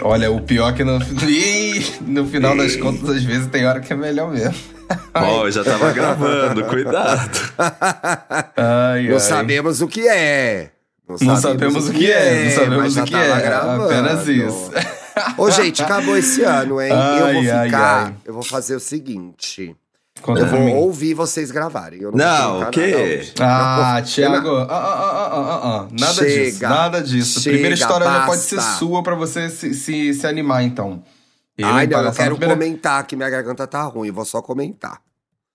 Olha, o pior é que no, Ih, no final das contas, às vezes, tem hora que é melhor mesmo. Ó, eu já tava gravando, cuidado. Ai, Não ai. sabemos o que é. Não sabemos o que é, não mas sabemos já o que tava é. gravando. Apenas isso. Ô, gente, acabou esse ano, hein? eu vou Ai, ai, ficar. ai. Eu vou fazer o seguinte: Conta eu pra vou mim. ouvir vocês gravarem. Eu não, Não, vou o quê? Ah, Thiago, ah, ah, ah, ah, ah, ah. nada Chega. disso, nada disso. Chega, Primeira história já pode basta. ser sua pra você se, se, se animar, então. Eu Ai, não, eu palhaçada quero primeira- comentar que minha garganta tá ruim, eu vou só comentar.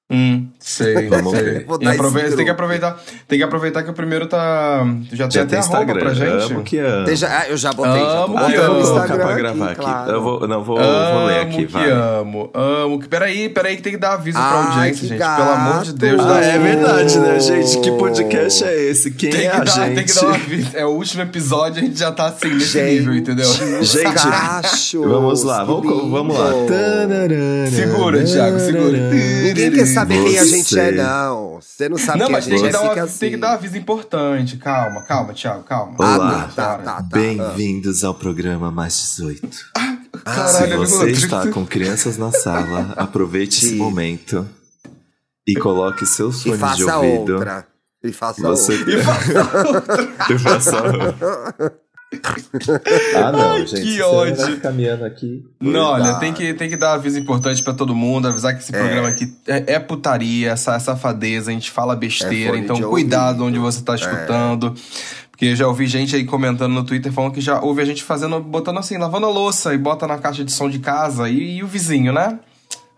Hum, sei, Vamos sei. ver. Vou E dar aprove- esse Tem que truque. aproveitar, tem que aproveitar que o primeiro tá já tem Já até tem arroba Instagram. pra gente. Amo que amo. Tem já- ah, eu já botei, já tô Amo Ah, que botando eu no amo. vou Instagram colocar pra aqui, gravar aqui. claro. Eu vou, não, vou, Amo vou ler aqui, que vai. amo, amo. que- Peraí, peraí que tem que dar aviso pra Ai, audiência, que gente. Pelo amor de gato. Deus. dá um- Ah, é aviso. verdade, né, gente? Que podcast é esse? Quem Tem é que, a dar, gente? tem que dar um aviso. É o último episódio, a gente já tá assim, nesse nível, entendeu? Gente, cachos, Vamos lá, que vamos, vamos lá. lindo. Segura, Thiago, segura. Ninguém quer saber quem a gente é, Você. não. Você não sabe Não, quem a mas tem gente que, é, dar um fica avi- assim. tem que dar um aviso importante. Calma, calma, Thiago, calma. Ah, Olá. tá, tá, tá, tá. Bem-vindos ao programa Mais 18. Ah, Se Caralho, você amigo, está com crianças na sala, aproveite esse Sim. momento e coloque seus E fones de faça ouvido. outra. E faça outra. Você E fala, Eu faço a outra. Ah, não, Ai, gente. que você ódio. vai caminhando aqui. Não, olha, tem que, tem que dar aviso importante pra todo mundo, avisar que esse programa aqui é, é putaria, essa é safadeza, a gente fala É besteira, fone então de cuidado ouvido. onde você tá escutando. Porque já ouvi gente aí comentando no Twitter falando que já ouve a gente fazendo, botando assim, lavando a louça e bota na caixa de som de casa e, e o vizinho, né?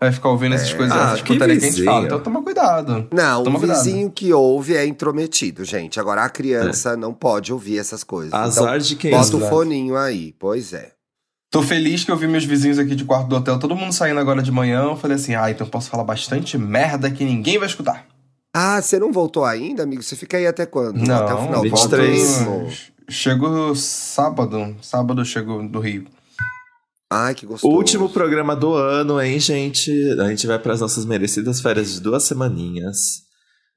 Vai ficar ouvindo essas coisas, Ah, essas que putarias que a gente vizinho. fala. Então toma cuidado. Não, Toma o cuidado. vizinho que ouve é intrometido, gente. Agora a É. criança não pode ouvir essas coisas. Azar de quem? então, bota o Exato. foninho aí, pois é. Tô feliz que eu vi meus vizinhos aqui de quarto do hotel, todo mundo saindo agora de manhã. Eu falei assim, ah, então posso falar bastante merda que ninguém vai escutar. Ah, você não voltou ainda, amigo? Você fica aí até quando? Não, até o final. volto- 23. Volta isso. Chego Hum. sábado. Sábado eu chego do Rio. Ai, que gostoso. Último programa do ano, hein, gente? A gente vai para as nossas merecidas férias de duas semaninhas.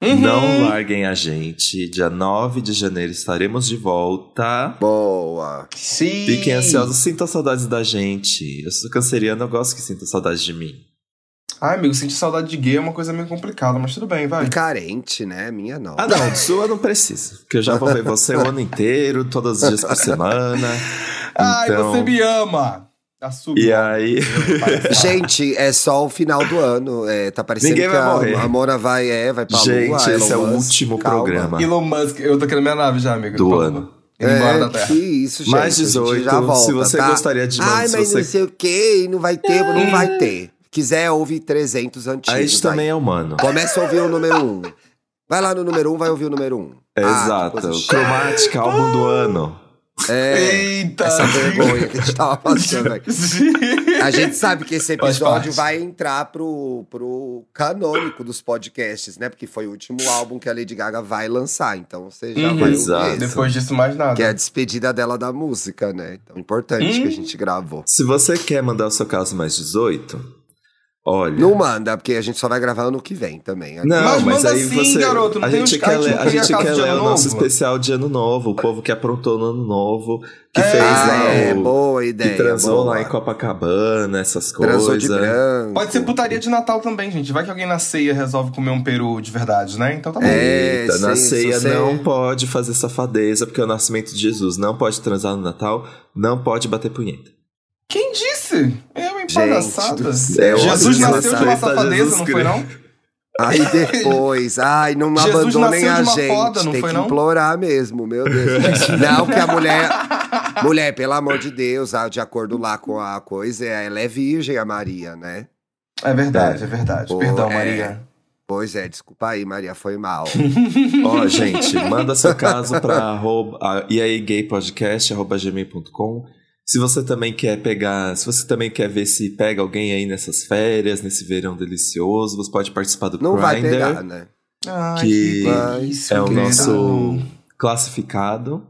Uhum. Não larguem a gente. Dia 9 de janeiro estaremos de volta. Boa. Sim. Fiquem ansiosos, sintam saudades da gente. Eu sou canceriano, eu gosto que sintam saudades de mim. Ai, amigo, sentir saudade de gay é uma coisa meio complicada, mas tudo bem, vai. E carente, né? Minha não. Ah, não, sua não precisa. Porque eu já vou ver você o ano inteiro, todos os dias por semana. Ai, Então- você me ama. Assume. E aí. Gente, é só o final do ano. É, tá parecendo Ninguém que vai a, morrer. a Mona vai, é, vai pra lua. Gente, esse é Elon o Musk, último calma. programa Elon Musk, eu tô querendo minha nave já, amigo. do Tô- ano. Indo embora da É, Terra. que isso, gente. Mais a 18. gente já volta, se você tá? gostaria de Ai, mais, mas se você- Hum. não sei o que, não vai ter, não vai ter. Quiser ouvir 300 antigos. A gente vai. Ah, também é humano. Começa a ouvir o número 1. Vai lá no número 1, vai ouvir o número Ah, 1. É, Exato. Cromática, álbum Ah. do ano. É, Eita. essa vergonha que a gente tava passando aqui. A gente sabe que esse Faz episódio parte. vai entrar pro, pro canônico dos podcasts, né? Porque foi o último álbum que a Lady Gaga vai lançar. Então você já Uhum. vai Exato. ouvir esse. Depois disso, mais nada. Que é a despedida dela da música, né? Então, importante Hum. que a gente gravou. Se você quer mandar o seu caso mais 18, olha. Não manda, porque a gente só vai gravar ano que vem também. Não, Mas mas, manda aí sim, você. garoto, não a tem gente os quer caras que ler, não a tem a gente casa quer de ler ano o nosso novo. especial de ano novo, o povo que aprontou no ano novo, que É. fez Ah, lá é, o. boa ideia. que transou boa. lá em Copacabana, essas Transou de coisas. branco. Pode ser putaria de Natal também, gente. Vai que alguém na ceia resolve comer um peru de verdade, né? Então tá bom. É, Eita, na sim, ceia se você- não pode fazer safadeza, porque é o nascimento de Jesus. Não pode transar no Natal, não pode bater punheta. Quem disse? É uma Gente palhaçada. do céu, Jesus olha nasceu essa de uma resposta, safadeza, Jesus não foi não? Aí depois, ai, não Jesus abandonem nasceu a de uma gente. foda, não Tem foi, que não? implorar mesmo, meu Deus. não, que a mulher. Mulher, pelo amor de Deus, ah, de acordo lá com a coisa, ela é virgem, a Maria, né? É verdade, é verdade. Pô, Perdão, é. Maria. Pois é, desculpa aí, Maria, foi mal. Ó, gente, manda seu caso pra arroba, a- e aí gaypodcast, arroba gmail.com. Se você também quer pegar, se você também quer ver se pega alguém aí nessas férias, nesse verão delicioso, você pode participar do Não vai pegar, Grindr, né? Ai, Que delícia, é o querida. nosso classificado.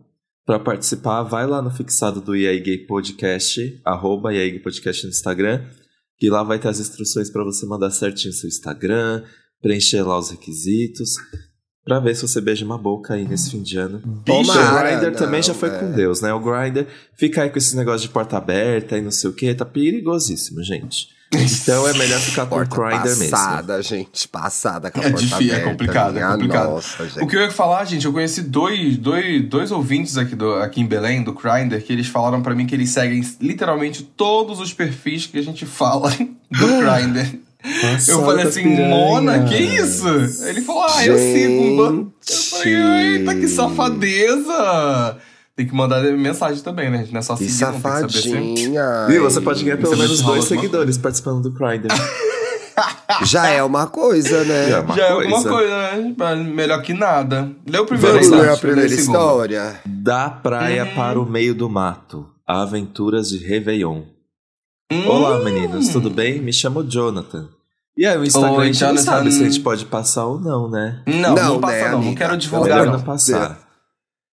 Pra participar, vai lá no fixado do EA Gay Podcast, arroba EA Gay Podcast no Instagram, que lá vai ter as instruções pra você mandar certinho seu Instagram, preencher lá os requisitos. Pra ver se você beija uma boca aí nesse fim de ano. Bicha, o Grindr não, também já foi é. com Deus, né? O Grindr fica aí com esses negócios de porta aberta e não sei o que, tá perigosíssimo, gente. Então é melhor ficar com o Porta Grindr mesmo. passada, gente. Passada com a É porta difícil, é aberta, complicado, é minha complicado. Nossa, gente. O que eu ia falar, gente, eu conheci dois, dois, dois ouvintes aqui, do, aqui em Belém, do Grindr, que eles falaram pra mim que eles seguem literalmente todos os perfis que a gente fala do Grindr. Eu falei assim, Mona, que isso? Ele falou, ah, eu sigo. um ban-" Eu falei, eita, que safadeza! Tem que mandar mensagem também, né? gente? Não é só Que seguir, não tem que saber se... safadinha. Viu? Você pode ganhar Isso pelo é menos muito dois maluco. seguidores participando do Grindr. Já é uma coisa, né? Já é uma Já é coisa. alguma coisa, né? Mas Melhor que nada. Lê o primeiro Verdade, Vamos ler a mensagem, primeira lê o segundo. história. Da praia Hum. para o meio do mato. Aventuras de Réveillon. Hum. Olá, meninos, tudo bem? Me chamo Jonathan. E aí, o Instagram Oi, a gente não Jonathan. sabe se a gente pode passar ou não, né? Não, não, Não, passa né, não. Não amiga? quero divulgar, Melhor não. não passar.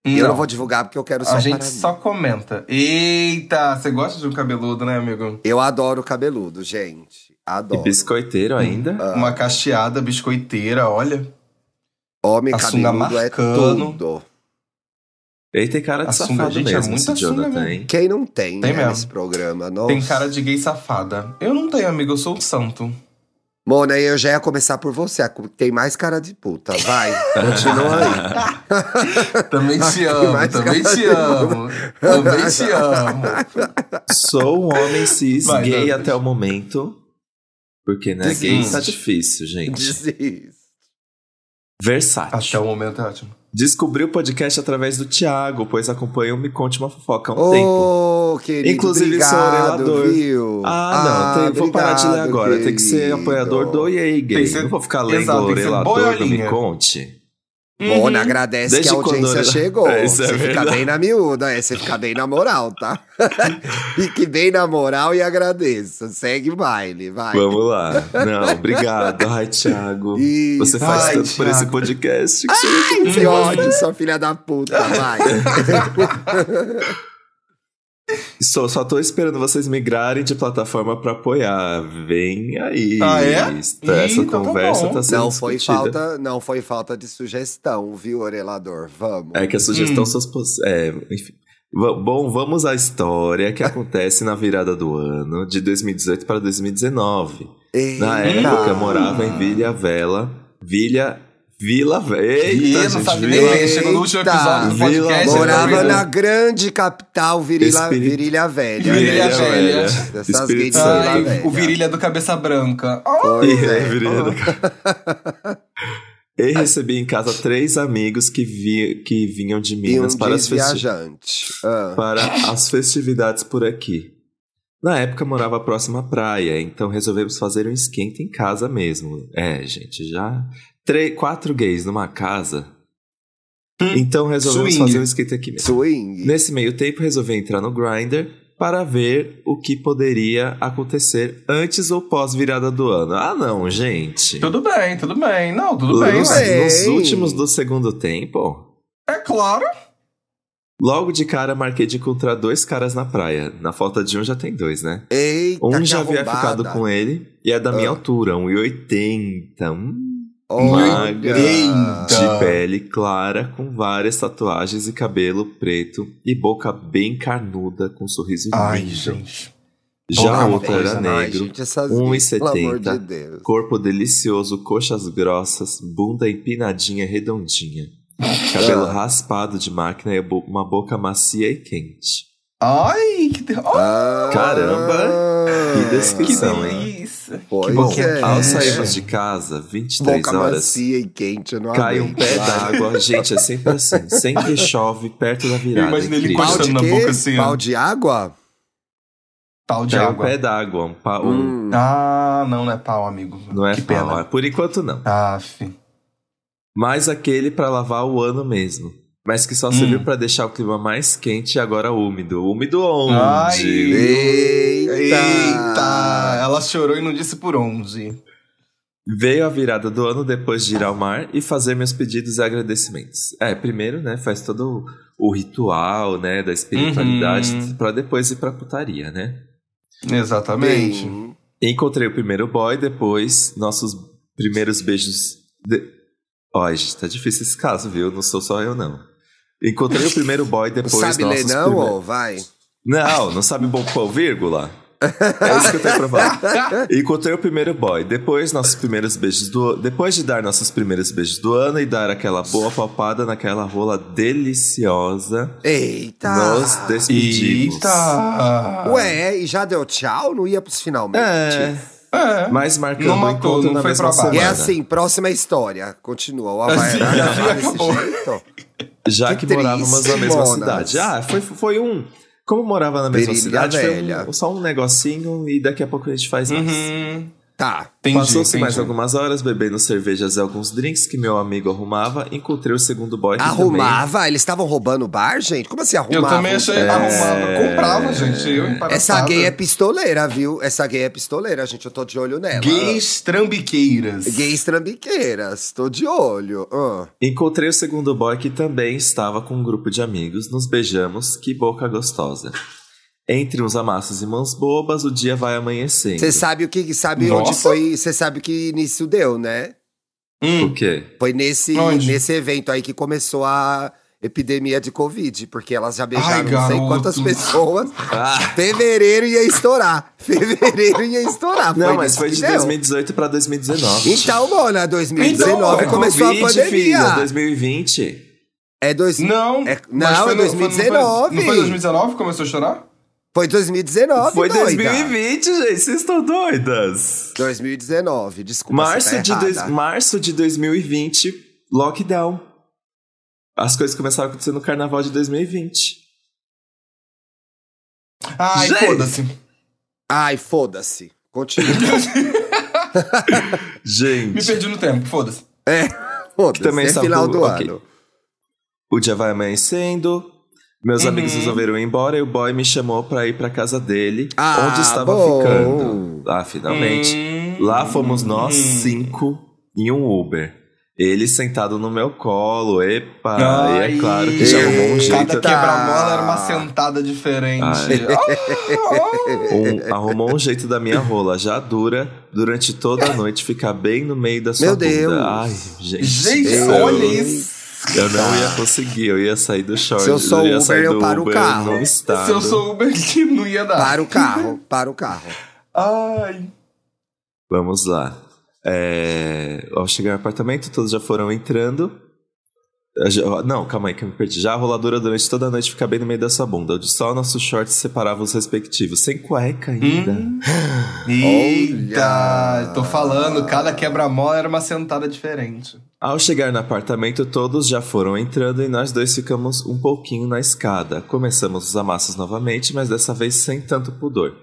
Eu não Não. vou divulgar porque eu quero só A gente para mim. só comenta. Eita, você gosta de um cabeludo, né, amigo? Eu adoro cabeludo, gente. E Adoro. Hum. biscoiteiro ainda? Ah. Uma cacheada biscoiteira, olha. Homem a sunga cabeludo é marcando. tudo. Ele tem cara de A sunga, safado gente, é mesmo, muito esse a sunga Jonathan, mesmo. hein? Quem não tem, Tem né, mesmo. nesse programa? Nossa. Tem cara de gay safada. Eu não tenho, amigo, eu sou o santo. Mona, eu já ia começar por você. a que Tem mais cara de puta. Vai, continua aí. Também te Tem amo, Ah, mais também cara te de- amo. Também te amo. Sou um homem cis Vai, gay Jonathan. até o momento. Porque, né, Desiste. gay tá difícil, gente. Desiste. Até Versátil. o momento é ótimo. Descobri o podcast através do Thiago, pois acompanhou o Me Conte Uma Fofoca há um tempo. Ô, querido, Inclusive, sou obrigado, orador. viu? Ah, não, tem- vou parar de ler obrigado, agora. Tem que ser querido. apoiador do EA Tem Gay. que ser- Não vou ficar lendo Exato, o tem que ser orelador do Me boiolinha. Conte. Mona, Uhum. agradece Desde que a quando audiência era- chegou. É, isso é você fica verdade. bem na miúda, é, você fica bem na moral, tá? Fique bem na moral e agradeça. Segue o baile, vai. Vamos lá. Não, obrigado. Ai, Thiago. Isso. Ah! Você faz Ai, tanto por esse Thiago. podcast. que você- Ai, que ódio, sua filha da puta, vai. É, Só, só tô esperando vocês migrarem de plataforma pra apoiar. Vem aí. Ah, é? Esta- Ih, Essa então tá conversa bom. tá sendo Não foi, discutida. falta, não foi falta de sugestão, viu, orelador? Vamos. É que a sugestão Hum. suas pos- é, enfim. Va- Bom, vamos à história que acontece na virada do ano, de 2018 para 2019. É, Na Eita. época, eu morava em Vilha Vela. Vilha. Vila Vela. Ih, Eita, não gente, sabe Vila nem ler. Chegou no último Eita. episódio do podcast. Vila- ele tá Morava vendo? na grande capital Virila, é Espírito- Virilha Velha. Virilha né, Velha. gente? Essas Espírito gays de Santo. Virilha Ai, Velha. o virilha do cabeça branca. Oh, Pois É, é. virei do cara. E recebi em casa três amigos que, vi, que vinham de E um Minas para, as diz festi- viajante. Ah. para as festividades por aqui. Na época morava próximo à praia, então resolvemos fazer um esquenta em casa mesmo. É, gente, já. Tre- quatro gays numa casa. Hum, Então resolvemos swing. fazer um esquenta aqui mesmo. Swing. Nesse meio tempo, resolvi entrar no Grindr para ver o que poderia acontecer antes ou pós virada do ano. Ah, não, gente. Tudo bem, tudo bem. Não, tudo Nos- bem. nos, ué. bem. últimos do segundo tempo, É claro. logo de cara marquei de encontrar dois caras na praia. Na falta de um já tem dois, né? Eita, Um que já havia arrombada. ficado com ele e é da minha Ah. altura, 1,80. Hum, Olha. Então, Eita. Ah. de pele clara, com várias tatuagens e cabelo preto e boca bem carnuda, com um sorriso Ai, lindo. gente. Já Boca é o uma outro era coisa, negro. né, Ai, gente, essas 1,70. Pelo amor de Deus. Corpo delicioso, coxas grossas, bunda empinadinha, redondinha. Cabelo Ah. raspado de máquina e bo- uma boca macia e quente. Ai, que, ter... oh, Ah, Caramba, que que descrição. São, né? delícia. Pois Bom, é. Ao sairmos de casa, 23 Boca horas, macia e quente, eu não cai um aguento. pé d'água. Gente, é sempre assim. Sempre chove perto da virada. Eu imagino ele incrível. Pau de Encostando na quê? boca assim, ó. Pau de água? Pau de Cai um água. pé d'água. Um pau, um- Hum. Ah, não, não é pau, amigo. Não é que pau. pena. Por enquanto, não. Aff. Mas aquele pra lavar o ano mesmo. Mas que só Hum. serviu pra deixar o clima mais quente e agora úmido. Úmido onde? Ai. Eita. Eita! Ela chorou e não disse por onde. Veio a virada do ano depois de ir ao mar e fazer meus pedidos e agradecimentos. É, primeiro, né, faz todo o o ritual, né, da espiritualidade Uhum. pra depois ir pra putaria, né? Exatamente. Bem, Encontrei o primeiro boy, depois nossos primeiros beijos. de- Ó, gente, tá difícil esse caso, viu? Não sou só eu, não. Encontrei o primeiro boy depois... sabe ler nossos não, prime- ô? Vai. Não, não sabe bom pôr vírgula? É isso que eu tenho pra falar. Encontrei o primeiro boy. Depois, nossos primeiros beijos do... Depois de dar nossos primeiros beijos do ano e dar aquela boa papada naquela rola deliciosa, Eita! nós despedimos. Eita! Ué, e já deu tchau? Não ia pros finalmente? É, É. mas marcando Não o matou, encontro não na foi mesma pra baixo. E é semana. assim, próxima história. Continua. O Assim, Havaianas já acaba desse acabou. jeito. Já que, Que morávamos na triste, mesma Monas. cidade. Ah, foi, foi um. Como morava na mesma Virilha cidade, foi um, velha. só um negocinho e daqui a pouco a gente faz mais. Uhum. Tá. Entendi, Passou-se mais entendi. algumas horas bebendo cervejas e alguns drinks que meu amigo arrumava. Encontrei o segundo boy que Arrumava? Eles estavam roubando o bar, gente? Como assim Eu é. arrumava? também achei arrumava. Comprava, gente. Eu embaraçada. Essa gay é pistoleira, viu? Essa gay é pistoleira, gente. Eu tô de olho nela. Gays trambiqueiras. Gays trambiqueiras. Tô de olho. Ah. Também... Encontrei o segundo boy que também estava com um grupo de amigos. Nos beijamos, que boca gostosa. Entre uns amassos e mãos bobas, o dia vai amanhecendo. Você sabe o que sabe onde Nossa. foi? Você sabe que início deu, né? O Hum. quê? Foi nesse Onde? nesse evento aí que começou a epidemia de covid, porque elas já beijaram não sei garoto. quantas pessoas. Ah, Fevereiro ia estourar. Fevereiro ia estourar. não, Foi mas nesse foi que de deu. 2018 pra 2019. Então, Mona, 2019 Então, é começou a Covid, pandemia. filha, 2020. É dois... Não. É- mas não, foi é no- foi- não foi- 2019. Não foi 2019 que começou a chorar? Foi 2019, Foi doida. 2020, gente. Vocês estão doidas. 2019, desculpa. você Março, tá de dois- errada. março de 2020, lockdown. As coisas começaram a acontecer no carnaval de 2020. Ai, Gente. foda-se. Ai, foda-se. Continua. Me Gente, perdi no tempo, foda-se. Foda-se. também É sabe final do- do ok. ano. o dia vai amanhecendo. Meus Uhum. amigos resolveram ir embora e o boy me chamou pra ir pra casa dele, Ah, onde estava bom. ficando. Ah, finalmente. Hum. Lá fomos nós Hum. cinco em um Uber. Ele sentado no meu colo, epa! Ai, e é claro que já arrumou um eita. jeito. Cada quebra-mola era uma sentada diferente. Ah. Ai. Ah, Um- arrumou um jeito da minha rola já dura durante toda a noite ficar bem no meio da sua Meu bunda. Deus. Ai, gente. Gente, eu, olha isso. Eu não ia conseguir, eu ia sair do short. Se eu sou ia Uber, sair eu do paro o Uber carro. num estado. Se eu sou Uber, que não ia dar. Para o carro, para o carro. Ai. Vamos lá. É, ao chegar no apartamento, todos já foram entrando. Eu já- Não, calma aí que eu me perdi. Já a roladura durante toda a noite fica bem no meio da sua bunda, onde só nossos shorts separavam os respectivos, sem cueca ainda. Hum. Eita, Olha. tô falando, cada quebra-mola era uma sentada diferente. Ao chegar no apartamento, todos já foram entrando e nós dois ficamos um pouquinho na escada. Começamos os amassos novamente, mas dessa vez sem tanto pudor.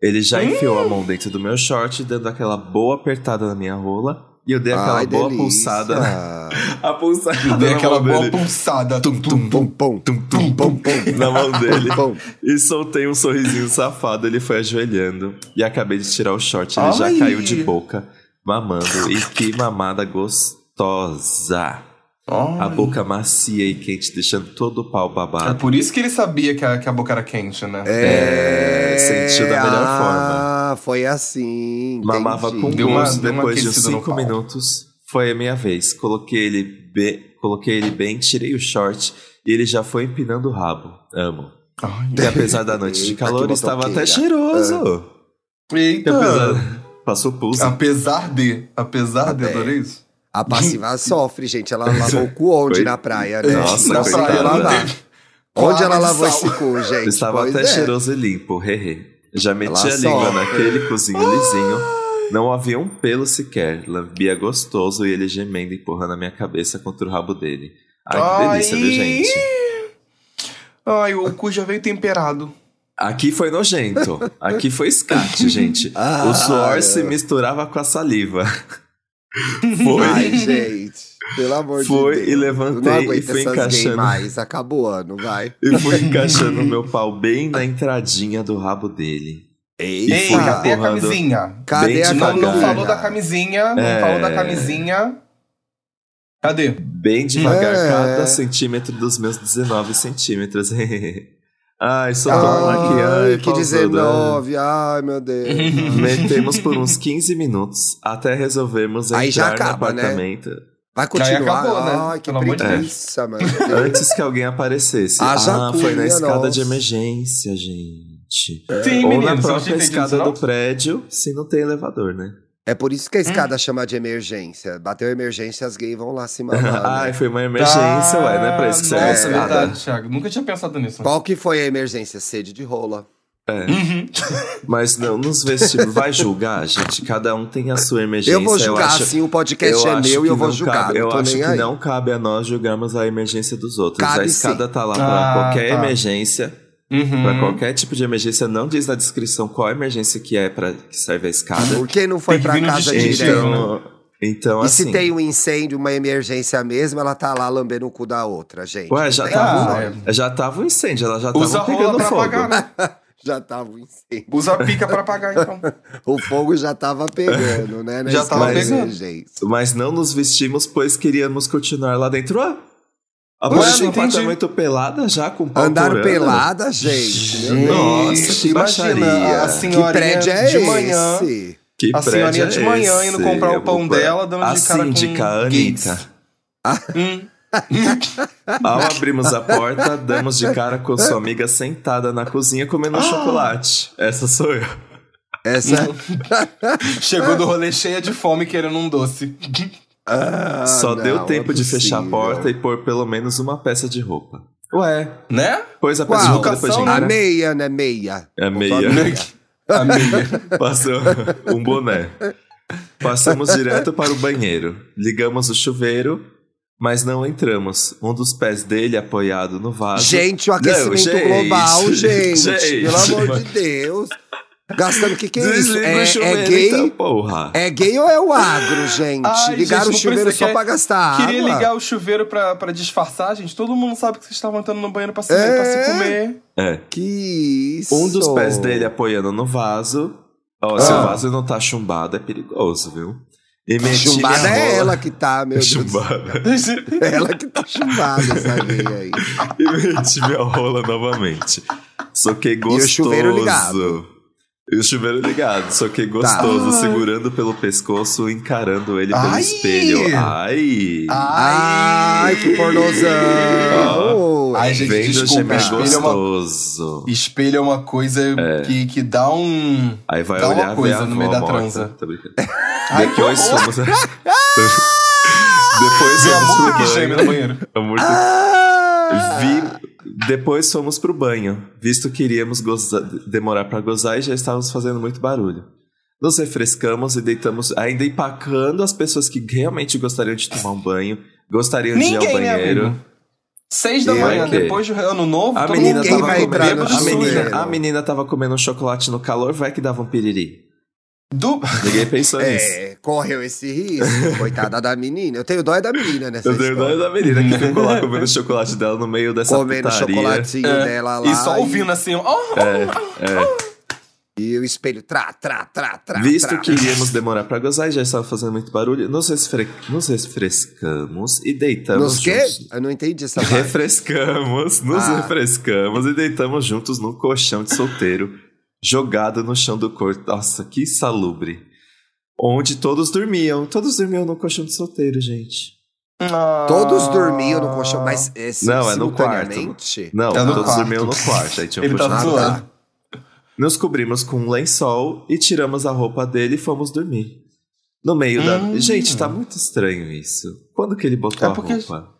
Ele Hum. já enfiou a mão dentro do meu short, dando aquela boa apertada na minha rola, e eu dei aquela Ai, boa delícia. pulsada. na- A pulsada. Eu dei na aquela mão boa dele. pulsada. Tum, tum, Tum, pum, pum, tum, tum, pum, pum. na mão dele Pum, pum. e soltei um sorrisinho safado. Ele foi ajoelhando e acabei de tirar o short. Ele já Ai. caiu de boca, mamando. E que mamada gostosa! A Ai. boca macia e quente, deixando todo o pau É babado. por isso que ele sabia que a, que a boca era quente, né? É, É, sentiu da melhor ah, foi assim. entendi. Mamava com Deu uma- gosto. deu uma Depois de uns aquecida no 5 pau. minutos, foi a minha vez. Coloquei ele, be... Coloquei ele bem, tirei o short e ele já foi empinando o rabo. Amo. E Ai. apesar da noite de Eita, calor, que estava até motoqueira. cheiroso. É. E Eita. apesar... Passou pulso. Apesar de, apesar de, É. adorei isso. A passiva sofre, gente. Ela lavou o cu onde Foi- na praia, né? Nossa, Na coitada. praia ela ela né? lavar. teve. Onde Claro ela de lavou sal. esse cu, gente? Estava Pois até é. cheiroso e limpo, hehe. Já meti Ela a língua sofre. naquele cozinho lisinho. Não havia um pelo sequer. Lambia gostoso e ele gemendo, empurrando a minha cabeça contra o rabo dele. Ai, que delícia, viu, Ai. gente? Ai, o cu já veio temperado. Aqui foi nojento. Aqui foi escate, gente. Ah. o suor se misturava com a saliva. Foi. Ai, gente. Pelo amor Foi de Deus. e levantei Não e aguento fui essas encaixando. gay mais. Acabou o ano, vai. E fui encaixando o meu pau bem na entradinha do rabo dele. Eita. Ei, fui cadê a empurrando. camisinha? Cadê bem a Não, devagar. não falou Camisinha. da camisinha, não É. falou da camisinha. Cadê? Bem devagar, É. cada centímetro dos meus 19 centímetros. Ai, só tô aqui. Ai, Ai, né? que pausuda. 19. Ai, meu Deus. Metemos por uns 15 minutos até resolvermos entrar Aí já no acaba, né? apartamento. Vai continuar. Já acabou, né? Ai, que Pelo amor de preguiça, mano. Antes que alguém aparecesse. Ah, Ah, já foi na punha, escada nossa. de emergência, gente. Sim, É. Ou menino, você na não tinha própria entendido isso, escada não? do prédio, se não tem elevador, né? É por isso que a escada chama de emergência. Bateu emergência, as gays vão lá se mamar. Ai, né? foi uma emergência, ué, não é pra isso que serve a Nossa, é, escada. Ah, verdade, Thiago. Nunca tinha pensado nisso. Qual que foi a emergência? Sede de rola. É. Uhum. Mas não, nos vestibulos, vai julgar, gente. Cada um tem a sua emergência. Eu vou julgar, acho- sim, o podcast eu é acho meu que e eu vou não julgar. Cabe, eu não tô acho nem que aí. não cabe a nós julgarmos a emergência dos outros. Cabe a escada tá lá Ah, pra qualquer tá. emergência. Uhum. Pra qualquer tipo de emergência, não diz na descrição qual emergência que é para que serve a escada. Por que não foi Tem que pra vir no casa distintivo, direto? Então, então um- E assim. se tem um incêndio, uma emergência mesmo, ela tá lá lambendo o cu da outra, gente. Ué, já tá Não tem tava, como. já tava um incêndio, ela já Ah, é. Usa tava a rola pegando pra fogo. apagar, né? Já tava o incêndio. Usa a pica pra apagar, então. O fogo já tava pegando, né? na Já tava escada de pegando. emergência. Mas não nos vestimos, pois queríamos continuar lá dentro. Ah, a Ué, mulher não no entendi. apartamento pelada já com pau né? Andaram torando. pelada, gente. meu Gente, Deus. Tá Nossa, que baixaria. imagina a Que que senhorinha prédio é de esse? manhã. Que A prédio senhorinha é de manhã indo esse? comprar o Eu pão vou- dela, dando a de cara com síndica Gates. Anitta. Ah. Hum. Ao abrirmos a porta, damos de cara com sua amiga sentada na cozinha comendo Ah. um chocolate. Essa sou eu. Essa. Chegou do rolê cheia de fome, querendo um doce. Ah, Só não, deu é tempo de fechar a possível. porta e pôr pelo menos uma peça de roupa. Ué, Né? pois a Uau. peça de roupa depois de Educação, A entrar. meia, né? Meia. É meia. Botou Amiga. Passou um boné. Passamos direto para o banheiro. Ligamos o chuveiro, mas não entramos. Um dos pés dele apoiado no vaso. Gente, o aquecimento gente, global, gente, gente. Pelo amor de Deus. Gastando o que, que é isso? Desliga o É, chuveiro, é gay? então, porra. É gay ou é o agro, gente? Ai, Ligaram gente, o não chuveiro precisa- só quer- pra gastar Queria água. ligar o chuveiro pra, pra disfarçar, gente. Todo mundo sabe que vocês estavam entrando no banheiro pra se, pra se comer. É. Que isso. Um dos pés dele apoiando no vaso. Ó, se Ah. o vaso não tá chumbado, é perigoso, viu? E meti Chumbada minha é rola- ela que tá, meu Deus. Chumbada. Ela que tá chumbada, essa gay aí. E meti minha rola novamente. Só que gostoso. o chuveiro ligado. Tá. E o chuveiro ligado, só que gostoso, segurando pelo pescoço, encarando ele pelo Ai. espelho. Ai! Ai, que pornozão. Ai, gente, Vendo desculpa, gemer espelho é uma- gostoso. Espelho é uma coisa que, que dá um. Aí vai Dá uma olhar ver coisa a no meio avó da morta. transa. Tô brincando. Ai, que Depois horror! somos. Depois Vê a somos multa pro que geme no banho. banheiro. A multa Ah! Vi- Depois fomos pro banho, visto que iríamos goza- demorar pra gozar e já estávamos fazendo muito barulho. Nos refrescamos e deitamos, ainda empacando as pessoas que realmente gostariam de tomar um banho, gostariam de ir ao Ninguém, né, banheiro. amigo? Então Seis da E manhã, vai que- depois do ano novo, a todo menina mundo Ninguém tava vai comendo, entrar no bêbado de a menina, sujeira. chuveiro. a menina tava comendo um chocolate no calor, vai que dava um piriri. Do... Ninguém pensou nisso. É, correu esse risco. Coitada da menina. Eu tenho dó é da menina nessa Eu tenho história. dó da menina que ficou lá comendo o chocolate dela no meio dessa Comendo putaria. chocolatinho É. dela lá. E só ouvindo assim, ó. E, e o espelho, trá, trá, trá, trá. Visto trá. que iríamos demorar pra gozar e já estava fazendo muito barulho, nos, resfre- nos refrescamos e deitamos Nos quê? juntos. Eu não entendi essa parte. Refrescamos, nos Ah. refrescamos e deitamos juntos num colchão de solteiro, jogado no chão do corpo. Nossa, que salubre. Onde todos dormiam. Todos dormiam no colchão de solteiro, gente. Ah. Todos dormiam no colchão, mas é, sim- Não, é no simultaneamente? Não, É no todos quarto. dormiam no quarto. Aí tinha um Ele colchão tá puxar. de solteiro. zoando. Nos cobrimos com um lençol e tiramos a roupa dele e fomos dormir. No meio da. Ah. Hum. Gente, tá muito estranho isso. Quando que ele botou É a porque- roupa?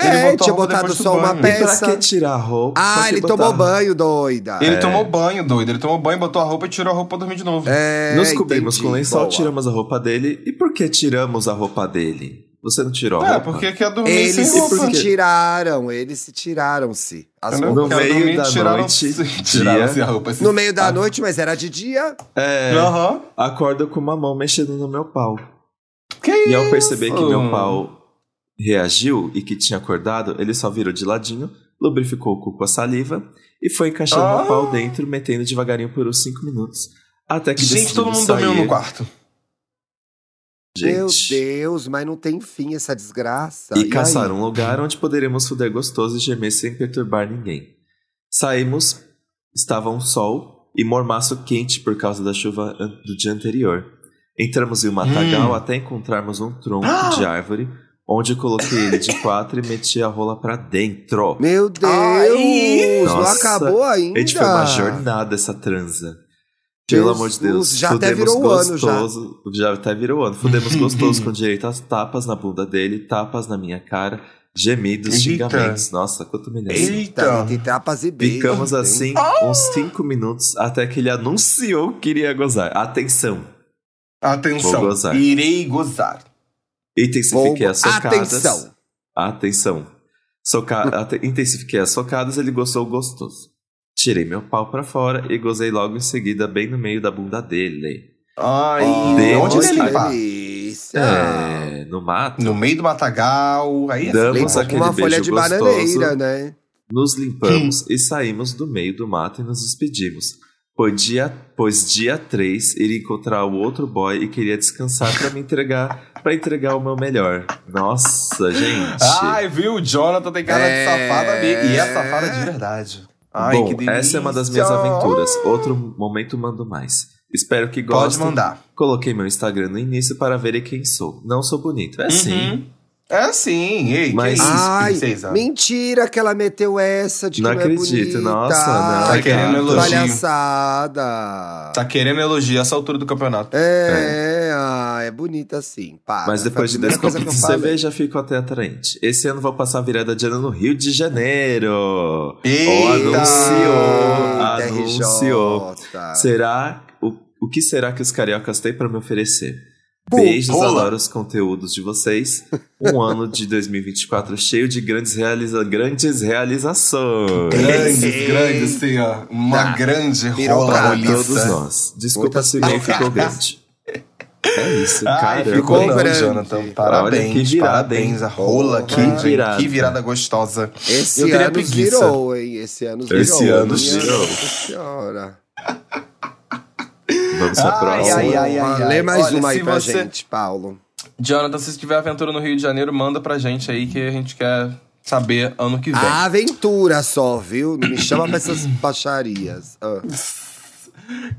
Ele É, botou a tinha roupa botado depois do só uma banho. E pra peça. que tirar a roupa? Pra Ah, que ele botar- tomou banho, doida. Ele tomou banho, doido. Ele tomou banho, botou a roupa e tirou a roupa pra dormir de novo. É, Nos cobrimos entendi. com lençol, Boa. tiramos a roupa dele. E por que tiramos a roupa dele? Você não tirou a É, roupa? porque quer dormir Eles sem E por roupa. se quê? tiraram, eles se tiraram-se. As Entendeu? No roupas. Quer meio dormir, da tiraram- noite, tiraram dia. assim a roupa. assim. No meio da noite, mas era de dia. É, Aham. acordo com uma mão mexendo no meu pau. Que E ao perceber isso? que meu pau reagiu e que tinha acordado, ele só virou de ladinho, lubrificou o cu com a saliva e foi encaixando Ah. meu pau dentro, metendo devagarinho por uns 5 minutos. Até que Gente, decidiu todo mundo sair. dormiu no quarto. Meu Gente, Deus, mas não tem fim essa desgraça. e aí? caçar um lugar onde poderemos foder gostoso e gemer sem perturbar ninguém. Saímos, estava um sol e mormaço quente por causa da chuva an- do dia anterior. Entramos em um matagal até encontrarmos um tronco de árvore Onde eu coloquei ele de quatro e meti a rola pra dentro. Meu Deus! Ai, não um. Nossa. acabou ainda. Gente, foi uma jornada essa transa. Pelo Jesus, amor de Deus, já até fudemos virou o ano, já. gostoso. já. até virou ano. Fudemos gostoso com direito às tapas na bunda dele, tapas na minha cara, gemidos, Eita. xingamentos. Nossa, quanto humilhação. Eita! Tem tapas e beijos. Ficamos hein? assim uns cinco minutos até que ele anunciou que iria gozar. Atenção! Atenção. Vou gozar. Irei gozar. Intensifiquei Vou- as socadas. Atenção! Atenção. Soca... ate- Intensifiquei as socadas, ele gostou gostoso. Tirei meu pau pra fora e gozei logo em seguida, bem no meio da bunda dele. Ai, Deus, onde ele tá? cara. limpar? delícia. É, no mato. Ah. No meio do matagal. Aí é Damos Limpa com aquele uma beijo folha de gostoso. bananeira, né? Nos limpamos e saímos do meio do mato e nos despedimos. Pois dia, pois dia 3 iria encontrar o outro boy e queria descansar pra me entregar, para entregar o meu melhor. Nossa, gente. Ai, viu? O Jonathan tem cara É. de safada mesmo. E é safada de verdade. Ai, Bom, que delícia. essa é uma das minhas aventuras. Outro momento mando mais. Espero que Pode gostem. mandar. Coloquei meu Instagram no início para verem quem sou. Não sou bonito, é sim. Uhum. É sim. Ei, Mas- que isso, Ai, princesa. mentira que ela meteu essa de que Não não, é acredito, bonita. nossa, não. Tá Ai, querendo gato. elogio. Palhaçada. Tá querendo elogio essa altura do campeonato. É, ah, é bonita sim. Para. Ah, Mas depois de Foi a 10 primeira coisa que copos eu de falei. cerveja, fico até atraente. Esse ano vou passar a virada de ano no Rio de Janeiro. Eita! Ou anunciou, TRJ. anunciou. Será o, o que será que os cariocas têm para me oferecer? Pô, Beijos, rola. adoro os conteúdos de vocês. Um ano de 2024 cheio de grandes, realiza grandes realizações. Grandes, Eita. grandes, sim, ó. Uma Tá. grande Virou rola pra Para roliça. todos nós. Desculpa Muitas se não palavras. ficou grande. É isso, Ai, cara. ficou hein? não, grande. Jonathan. Parabéns, Olha, que virada, parabéns. hein? A rola, que, Que virada. que virada gostosa. Esse Eu teria ano preguiça. girou, hein? Esse ano girou. Esse ano minha girou. Nossa senhora. Vamos pra Ai, próxima. ai, ai, ai, ai. Lê mais Olha, uma aí se pra você- gente, Paulo. Jonathan, se tiver aventura no Rio de Janeiro, manda pra gente aí que a gente quer saber ano que vem. A aventura só, viu? Não me chama pra essas baixarias. Ah.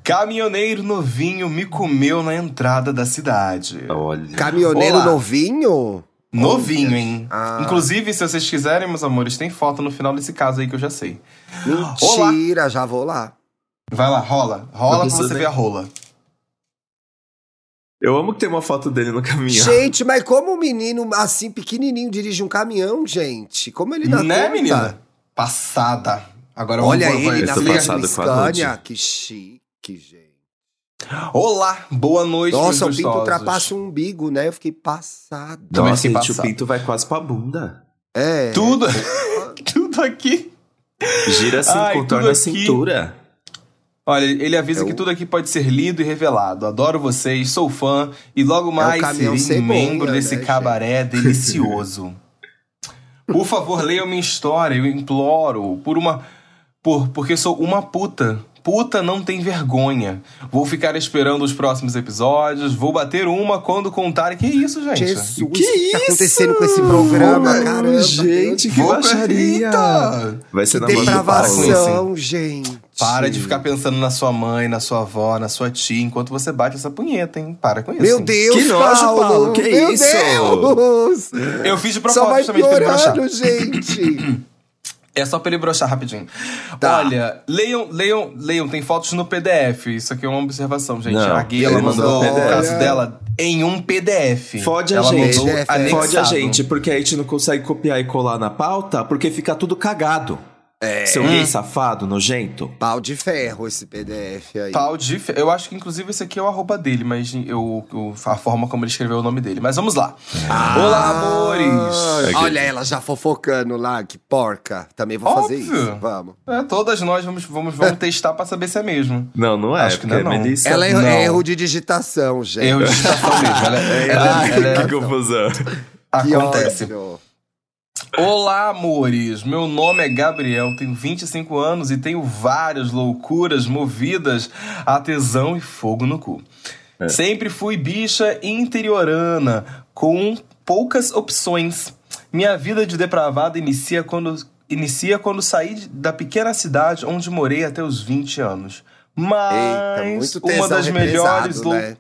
Caminhoneiro novinho me comeu na entrada da cidade. Olha. Caminhoneiro Olá. novinho? Novinho, hein? Ah. Inclusive, se vocês quiserem, meus amores, tem foto no final desse caso aí que eu já sei. Mentira, já vou lá. Vai lá, rola. Não Rola pra precisa você nem- ver a rola. Eu amo que tem uma foto dele no caminhão. Gente, mas como um menino assim, pequenininho, dirige um caminhão, gente? Como ele dá Né, conta? menina? Passada. Agora Então, vamos- Olha vamos- ele vamos- na se Essa liga. frente passada do com a Ruth. Scania. Que chique, gente. Olá, boa noite, meus Nossa, o pinto gostosos. ultrapassa o umbigo, né? Eu fiquei passada. Também Nossa, fiquei gente, o passado. pinto vai quase pra bunda. É. Tudo, tudo aqui. Gira assim, Ai, contorna tudo a aqui. cintura. Olha, ele avisa É o- que tudo aqui pode ser lido e revelado. Adoro vocês, sou fã e logo mais É caminhão serei cegonha, membro desse né, cabaré delicioso. Por favor, leiam minha história, eu imploro, por uma por porque sou uma puta. Puta não tem vergonha. Vou ficar esperando os próximos episódios, vou bater uma quando contarem. Que isso, gente? Jesus, o Que que isso? tá acontecendo com esse programa? Ô, Caramba, gente, que Vou- baixaria. Eita! Vai ser na Que mão do assim. depravação. Paulo. depravação, gente. Para de ficar pensando na sua mãe, na sua avó, na sua tia, enquanto você bate essa punheta, hein? Para com isso. Meu Deus, Que nojo, Paulo, Paulo, que Meu isso? Deus! Eu fiz de Só propósito vai justamente pra ele broxar. piorando, gente. É só pra ele broxar rapidinho. Tá. Olha, leiam, leiam, leiam, tem fotos no PDF. Isso aqui é uma observação, gente. Não, a Gui, ela ele mandou um mandou o PDF. caso dela em um PDF. Fode a ela gente. mandou PDF. anexado. é Fode a gente, porque a gente não consegue copiar e colar na pauta, porque fica tudo cagado. Seu gay safado, nojento. Pau de ferro esse PDF aí. Pau de fe- Eu acho que, inclusive, esse aqui é o arroba dele, mas eu, eu- a forma como ele escreveu é o nome dele. Mas vamos lá. Ah, Ah. Olá, é amores! Olha ela já fofocando lá, que porca. Também vou fazer Óbvio. isso. Vamos. É, todas nós vamos, vamos, vamos testar pra saber se é mesmo. Não, não Acho que porque não é, não. Melissa- Ela é Não. é erro de digitação, gente. Erro de digitação mesmo. Ela, é- ela- Ai, ela- que ela- é confusão. É Que acontece. ódio. Olá, amores! Meu nome é Gabriel, tenho 25 anos e tenho várias loucuras movidas a tesão e fogo no cu. Sempre fui bicha interiorana, com poucas opções. Minha vida de depravada inicia quando, inicia quando saí de- da pequena cidade onde morei até os 20 anos. Mas Eita, muito tesão uma das melhores represado, lou- né?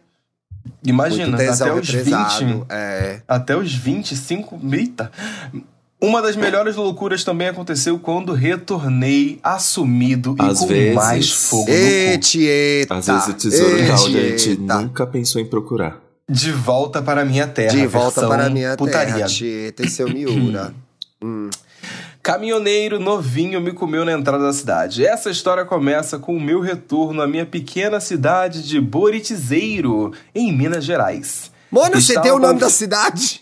Imagina, Muito tesão até os Tá 20. represado. É. Até os 25. Eita! Uma das melhores loucuras também aconteceu quando retornei assumido Às e com vezes. mais fogo no cu. Etieta. Às vezes o tesouro tá onde a né, gente etieta. nunca pensou em procurar. De volta para minha terra. De volta versão para a minha putaria. terra, Tieta e seu Miura. Hum. Caminhoneiro novinho me comeu na entrada da cidade. Essa história começa com o meu retorno à minha pequena cidade de Boritizeiro, em Minas Gerais. Mano, você Estava deu o nome com- da cidade?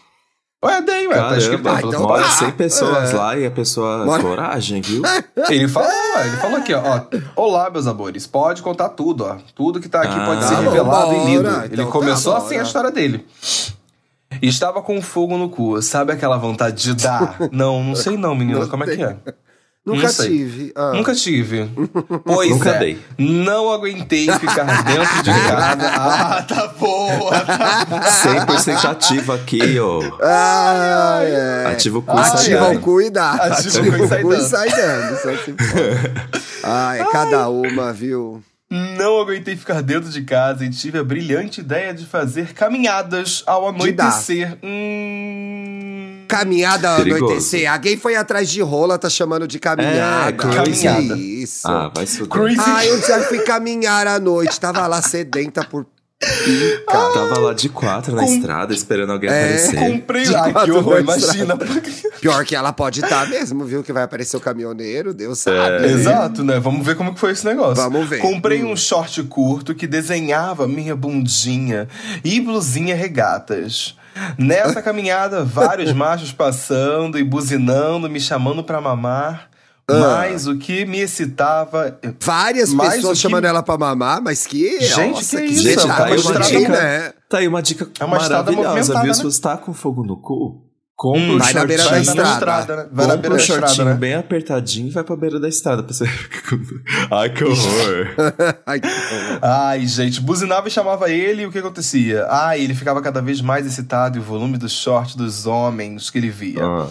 Ué, dei, ué, tá escrito Caramba, aí. Ah, então mora tá. 100 pessoas É. lá e a pessoa... Mora- Coragem, viu? Ele falou, ó, ele falou aqui, ó, ó. Olá, meus amores. Pode contar tudo, ó. Tudo que tá aqui Ah, pode ser tá bom, revelado e lido. bora. ele Então tá, começou bora. assim a história dele. Estava com fogo no cu. Sabe aquela vontade de dar? Não, não sei não, menina. Não como é que é? Nunca sei. tive. Ah. Nunca tive. Pois Nunca é, dei. Não aguentei ficar dentro de casa. Ah, tá boa. Tá... 100% ativo aqui, ó. Ah, é. Ativa o cu e sai Ativa dando. o cu e dá. Ativa o cu e sai dando. sai dando. só se for. Ai, cada uma, viu? Não aguentei ficar dentro de casa e tive a brilhante ideia de fazer caminhadas ao De dar. anoitecer. Hum... Caminhada Perigoso. anoitecer. Alguém foi atrás de rola, tá chamando de caminhada. É, caminhada. Que Isso. Ah, vai se fuder. Crazy. Ah, eu já fui caminhar à noite. Tava lá sedenta por pica. Tava lá de quatro na Com- estrada esperando alguém É. aparecer. Comprei De lá, que quatro horror, na imagina. Pior que ela pode estar mesmo, viu? Que vai aparecer o caminhoneiro, Deus sabe. Exato, né? Vamos ver como que foi esse negócio. É. Vamos ver. Comprei um short curto que desenhava minha bundinha e blusinha regatas. Nessa caminhada, vários machos passando e buzinando, me chamando pra mamar. Ah. Mas o que me excitava. Várias Mais pessoas do que- chamando ela pra mamar, mas que. Gente, nossa, que isso, é Gente, uma tá estrada- né? Tá aí uma dica É uma estrada maravilhosa, movimentada, viu? né? Se você tá com fogo no cu, compra Hum, um vai na shortinho. beira da estrada. né? Vai na Compra beira um da shortinho estrada, né? bem apertadinho e vai pra beira da estrada. Pra você... Ai, que horror. Ai, que horror. Ai, gente, buzinava e chamava ele e o que acontecia? Ai, ele ficava cada vez mais excitado e o volume do short dos homens que ele via. Ah.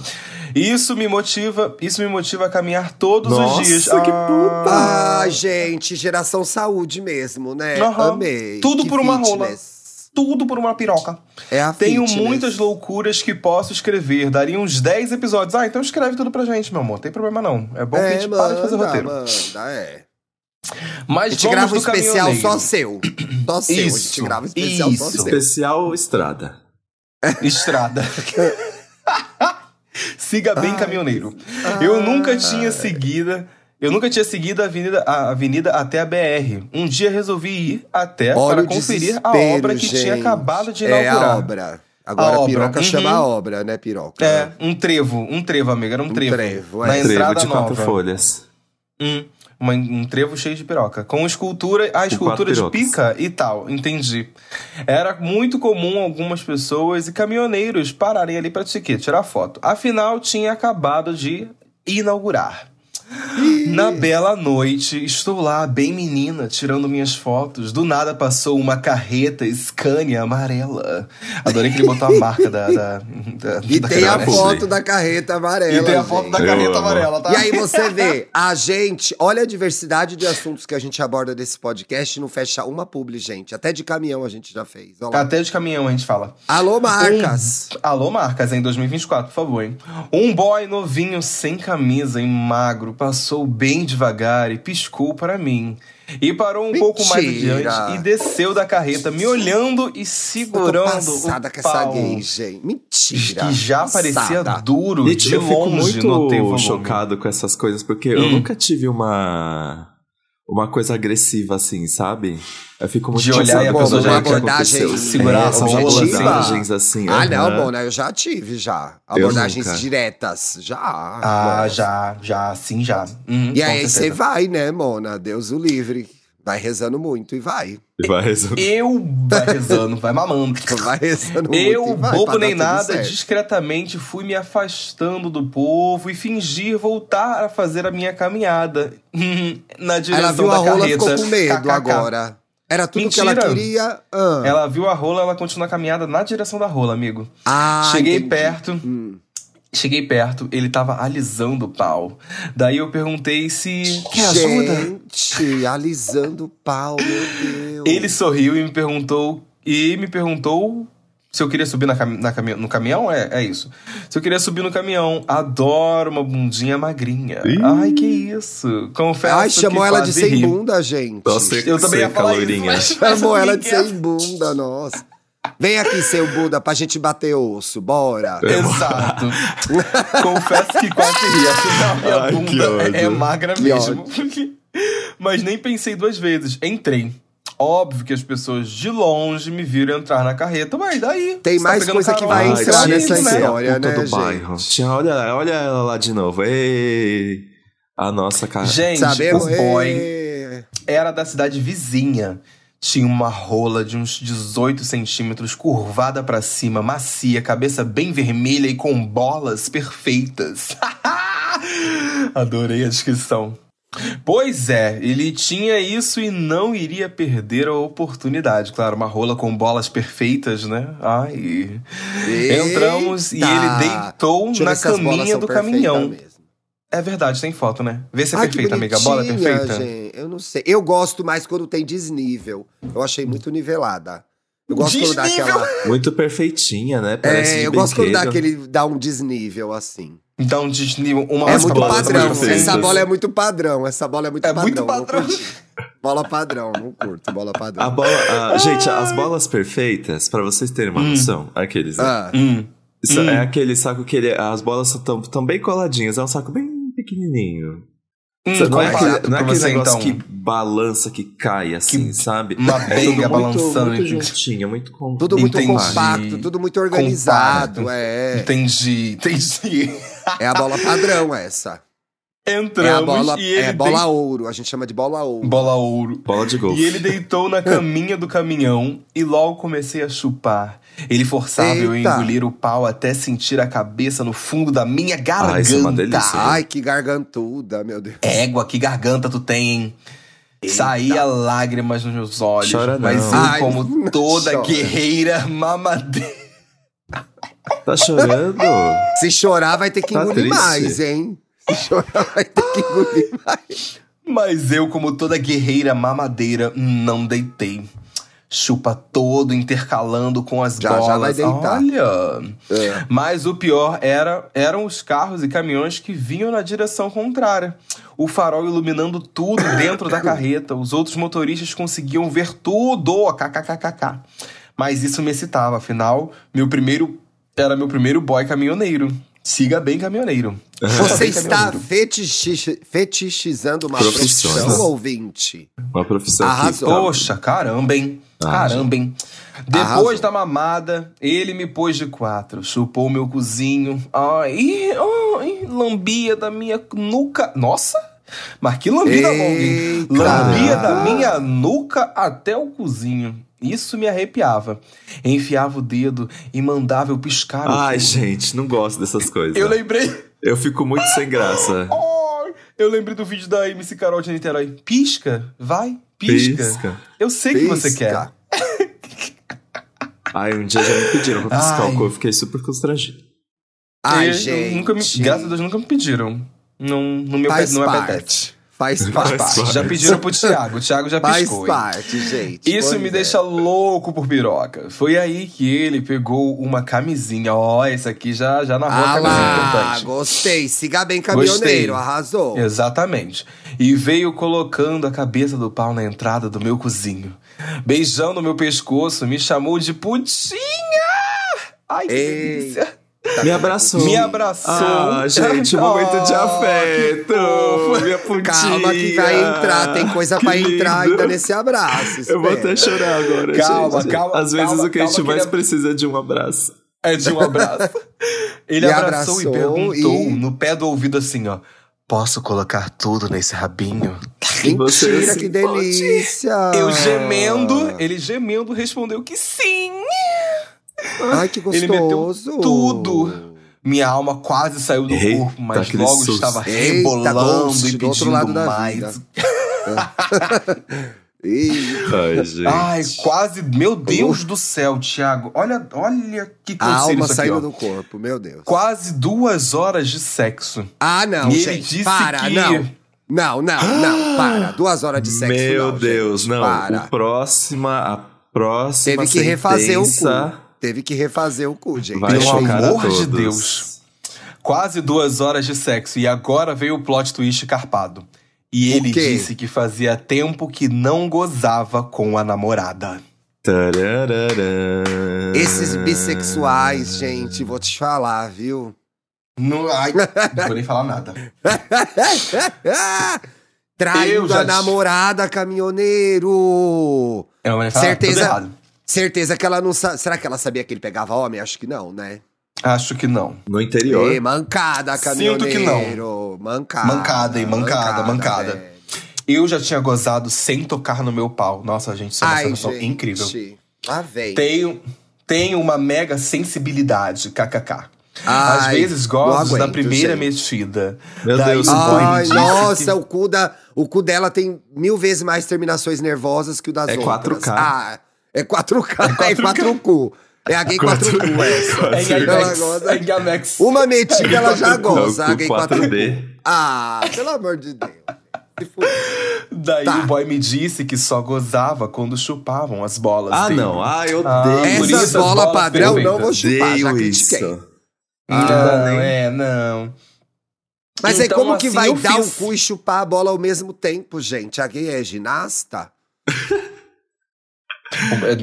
Isso me motiva, isso me motiva a caminhar todos Nossa, os dias. que puta! Ah, Ai, gente, geração saúde mesmo, né? Aham. Amei. Tudo Que por uma rola. fitness. tudo por uma piroca. É a Tenho fitness. muitas loucuras que posso escrever. Daria uns 10 episódios. Ah, então escreve tudo pra gente, meu amor. Não tem problema não. É bom que a É, gente manda, para de fazer roteiro. manda, é. A Mas gente vamos grava um do caminhoneiro. especial só seu. Só seu. a Isso, gente grava um especial só isso. seu. Especial estrada. Estrada. Siga bem, Ai. caminhoneiro. Eu nunca Ai. tinha seguida. Eu nunca tinha seguido a avenida, a avenida até a BR. Um dia resolvi ir até Olha para o É, conferir a desespero, obra que tinha gente. acabado de É inaugurar. a obra. Agora A a, obra, piroca chama uhum. a obra, né, piroca? É, um trevo, um trevo, amiga, era um Um trevo. trevo, é. Na Trevo entrada de quatro nova. folhas. Hum, uma- um trevo cheio de piroca. Com escultura, a escultura de quatro pirocas. pica e tal, entendi. Era muito comum algumas pessoas e caminhoneiros pararem ali pra tiquê, tirar foto. Afinal, tinha acabado de inaugurar. Na bela noite, estou lá, bem menina, tirando minhas fotos. Do nada passou uma carreta Scania amarela. Adorei que ele botou a marca da. da, da- E da tem carreta. a Caralho. foto da carreta amarela. E tem a foto da gente. Eu carreta amo. amarela, tá? E aí você vê, a gente, olha a diversidade de assuntos que a gente aborda nesse podcast e não fecha uma publi, gente. Até de caminhão a gente já fez. Olha lá. Até de caminhão a gente fala. Alô, marcas! Alô, marcas, em 2024, por favor, hein? Um boy novinho, sem camisa e magro, passou bem devagar e piscou para mim. E parou um pouco mais Mentira. adiante e desceu da carreta, me olhando e Eu tô segurando o passada com essa pau. gay, gente. Mentira. Que já parecia Passada. duro Gente, de eu fico longe no muito teu chocado com essas coisas, porque eu Hum. nunca tive uma uma coisa agressiva assim, sabe? Eu fico muito De olhar chocado e a com pessoa o já- que abordagem né? aconteceu. segurar É, a são rola, assim. abordagens assim. Ah, aham. não, bom, né? Eu já tive já. Abordagens nunca. diretas. Já. Ah, Nossa. já, já, sim, já. Uhum, E com aí você certeza. vai, né, Mona? Deus o livre. Vai rezando muito e vai. Vai resolver. Eu vai rezando, vai mamando. Vai rezando muito Eu, e vai. pra bobo dar nem tudo nada, certo. discretamente fui me afastando do povo e fingir voltar a fazer a minha caminhada na direção Ela viu da a rola carreta. ficou com medo KKK. agora. Era tudo que Mentira. ela queria. Ah. Ela viu a rola, ela continua a caminhada na direção da rola, amigo. Ah, Cheguei entendi. perto, Hum. cheguei perto, ele tava alisando o pau. Daí eu perguntei se quer ajuda. Gente, alisando o pau, meu Deus. Ele sorriu e me perguntou e me perguntou se eu queria subir na cami na cami no caminhão. É, é isso. Se eu queria subir no caminhão. Adoro uma bundinha magrinha. Ih. Ai, que isso. Confesso Ai, que chamou ela de quase sem ri. bunda, gente. Nossa, Eu também ia Seca, falar isso, loirinha. mas- um Chamou mas ela de ninguém é quer. sem bunda, nossa. Vem aqui, seu Buda, pra gente bater osso, bora. Exato. É Confesso que quase ri. Afinal, minha Ai, que bunda é ódio. magra Que mesmo. Mas nem pensei duas vezes. Entrei. Óbvio que as pessoas de longe me viram entrar na carreta, mas daí. Tem você tá mais pegando coisa que vai carona, Ai, entrar tia, tá nessa indo, tia, história, puta né, do gente? bairro. Tia, olha, olha ela lá de novo. Ei, a nossa cara. Gente, Sabemos? o boy É. era da cidade vizinha. Tinha uma rola de uns 18 centímetros, curvada pra cima, macia, cabeça bem vermelha e com bolas perfeitas. Adorei a descrição. Pois é, ele tinha isso e não iria perder a oportunidade. Claro, uma rola com bolas perfeitas, né? Ai. Entramos e Eita. ele deitou Deixa eu na ver se as bolas caminha são do perfeitas caminhão. mesmo. É verdade, tem foto, né? Vê se é Ai, que perfeita, amiga. A bola é bonitinha, perfeita? gente. Eu não sei. Eu gosto mais quando tem desnível. Eu achei muito nivelada. Eu gosto quando dá Desnível? aquela. Muito perfeitinha, né? Parece É, de eu gosto quando dá brinquedo. aquele dá um desnível assim. Então, desnível, uma é hora muito pra bola, são padrão. outra pra perfeitas. Essa frente. bola é muito padrão. Essa bola é muito É padrão. muito não padrão. curti. Bola padrão, não curto. Bola padrão. A bola, a- gente, as bolas perfeitas, pra vocês terem Hum. uma noção, aqueles, né? Ah, Hum. Isso hum. É aquele saco que ele, as bolas são tão, tão bem coladinhas, é um saco bem pequenininho. Hum, Sabe, não é compacto aquele, não é pra aquele você, negócio então. Hum, que balança, que cai assim, sabe? Uma é tudo benga muito- balançando. Muito juntinho, muito com... tudo muito Entendi. compacto, tudo muito organizado. Compacto. É, Entendi, entendi. é a bola padrão essa. Entramos É a bola, e ele é bola ouro. A gente chama de bola dei- ouro. bola ouro. Hum, Bola de golfe. E ele deitou na caminha do caminhão e logo comecei a chupar. Ele forçava eu a Eita. engolir o pau até sentir a cabeça no fundo da minha garganta. Ah, isso é uma delícia. Ai, que gargantuda, meu Deus. Égua, que garganta tu tem, hein? Saía lágrimas nos meus olhos, Chora não. mas eu, Ai, como toda chora. guerreira mamadeira. Tá chorando? Se chorar, vai ter que Tá engolir triste. mais, hein? Se chorar, vai ter que engolir mais. Mas eu, como toda guerreira mamadeira, não deitei. Chupa todo, intercalando com as Já, bolas. já vai deitar. Olha. Ah. É. Mas o pior era eram os carros e caminhões que vinham na direção contrária. O farol iluminando tudo dentro da carreta. Os outros motoristas conseguiam ver tudo. KKKKK. Mas isso me excitava, afinal, meu primeiro era meu primeiro boy caminhoneiro. Siga bem caminhoneiro. Siga Você bem está caminhoneiro. fetichi- fetichizando uma Profissões. profissão, ouvinte? Uma profissão Arrasou. que... tá- Poxa, caramba, hein? Ah, caramba, hein? Depois Arrasou. da mamada, ele me pôs de quatro, chupou meu cozinho, ai, ai, lambia da minha nuca. Nossa! Mas que lambida longa, hein? Eita! Lambia da Caramba. minha nuca até o cozinho. Isso me arrepiava. Enfiava o dedo e mandava eu piscar. o Ai, cu. gente, não gosto dessas coisas. eu lembrei. Eu fico muito sem graça. Ai, eu lembrei do vídeo da MC Carol de Niterói. Pisca, vai, pisca. Eu sei que você Pisca. quer. Ai, um dia já me pediram pra piscar Ai. o cu, eu fiquei super constrangido. Ai, Eu gente. Nunca me, graças a Deus, nunca me pediram. Não, no meu Faz pé, não é parte. apetece. Faz parte. Faz parte. Já pediram pro Thiago, o Thiago já Faz piscou. hein? parte, gente. Isso Pois me é. deixa louco por piroca. Foi aí que ele pegou uma camisinha. Ó, esse aqui já, já narrou a Ah camisinha é lá, importante. gostei. Siga bem caminhoneiro, Gostei. arrasou. Exatamente. E veio colocando a cabeça do pau na entrada do meu cozinho. Beijando meu pescoço, me chamou de putinha! Ai, que delícia! Me abraçou. Me abraçou. Ah, gente, momento de Ah, que afeto. fofo. Minha putinha. Oh, Calma que vai entrar, tem coisa Que pra entrar lindo. ainda nesse abraço. Eu vou espera. até chorar agora, Calma, gente. calma, Às vezes calma, o que a gente calma, mais que ele- precisa é de um abraço. É de um abraço. Ele Me abraçou, e abraçou perguntou e- no pé do ouvido assim, ó. Posso colocar tudo nesse rabinho? E você, Mentira, assim, que delícia. Eu gemendo, ele gemendo respondeu que sim. Ai, que Ele meteu gostoso. tudo. Minha alma quase saiu do Eita, corpo, mas aquele logo susto. estava Eita, rebolando ghost, e do outro pedindo lado da mais. vida. Ih, Ai, gente. Ai, quase, meu Deus do céu, Thiago. Olha, olha que a conselho alma isso aqui, saindo ó. do corpo, meu Deus. Quase duas horas de sexo. Ah, não, E ele gente, disse para, que- não. Não, não, não, para. Duas horas de sexo, Meu não, Deus, gente, não. Para. O próxima, a próxima Teve que refazer o sentença cu. Teve que refazer o cu, gente. vai Pelo chocar a amor de todos. Deus. Quase duas horas de sexo e agora veio o plot twist carpado. E O ele quê? disse que fazia tempo que não gozava com a namorada. Tarararã. Esses bissexuais, gente, vou te falar, viu? Não, ai, não vou nem falar nada. Eu Traindo já a te- namorada, caminhoneiro! Eu não vou nem falar Certeza. nada. Tudo errado. Certeza que ela não sabe. Será que ela sabia que ele pegava homem? Acho que não, né? Acho que não. No interior. E, mancada, Sinto caminhoneiro. que Mancada. Mancada, hein? Mancada, mancada. velho. Eu já tinha gozado sem tocar no meu pau. Nossa, gente, isso é uma Ai, sensação gente. incrível. Lá vem. Tenho, tenho uma mega sensibilidade, kkk. Às Ai, vezes não gozo aguento, da primeira gente. mexida. Meu Daí Deus, um o boy Ai, disse nossa, que- o, cu da, o cu dela tem mil vezes mais terminações nervosas que o das É outras. 4K. Ah, é 4K, é 4Cu. É a gay 4Cu, É essa. Quatro- Ela Gamex, goza. é Gamex. Uma metida ela já Não, goza, a gay com 4Cu. 4D. Ah, pelo amor de Deus. Se fuder. Daí Tá. o boy me disse que só gozava quando chupavam as bolas Ah, dele. não. Ah, eu Ah, odeio por isso. isso Essas as bolas bolas padrão não perfeitas. vou chupar, já Odeio critiquei. isso. Não, Ah, é, não. Mas Então, é como que assim, vai eu dar fiz- o cu e chupar a bola ao mesmo tempo, gente? A gay é ginasta?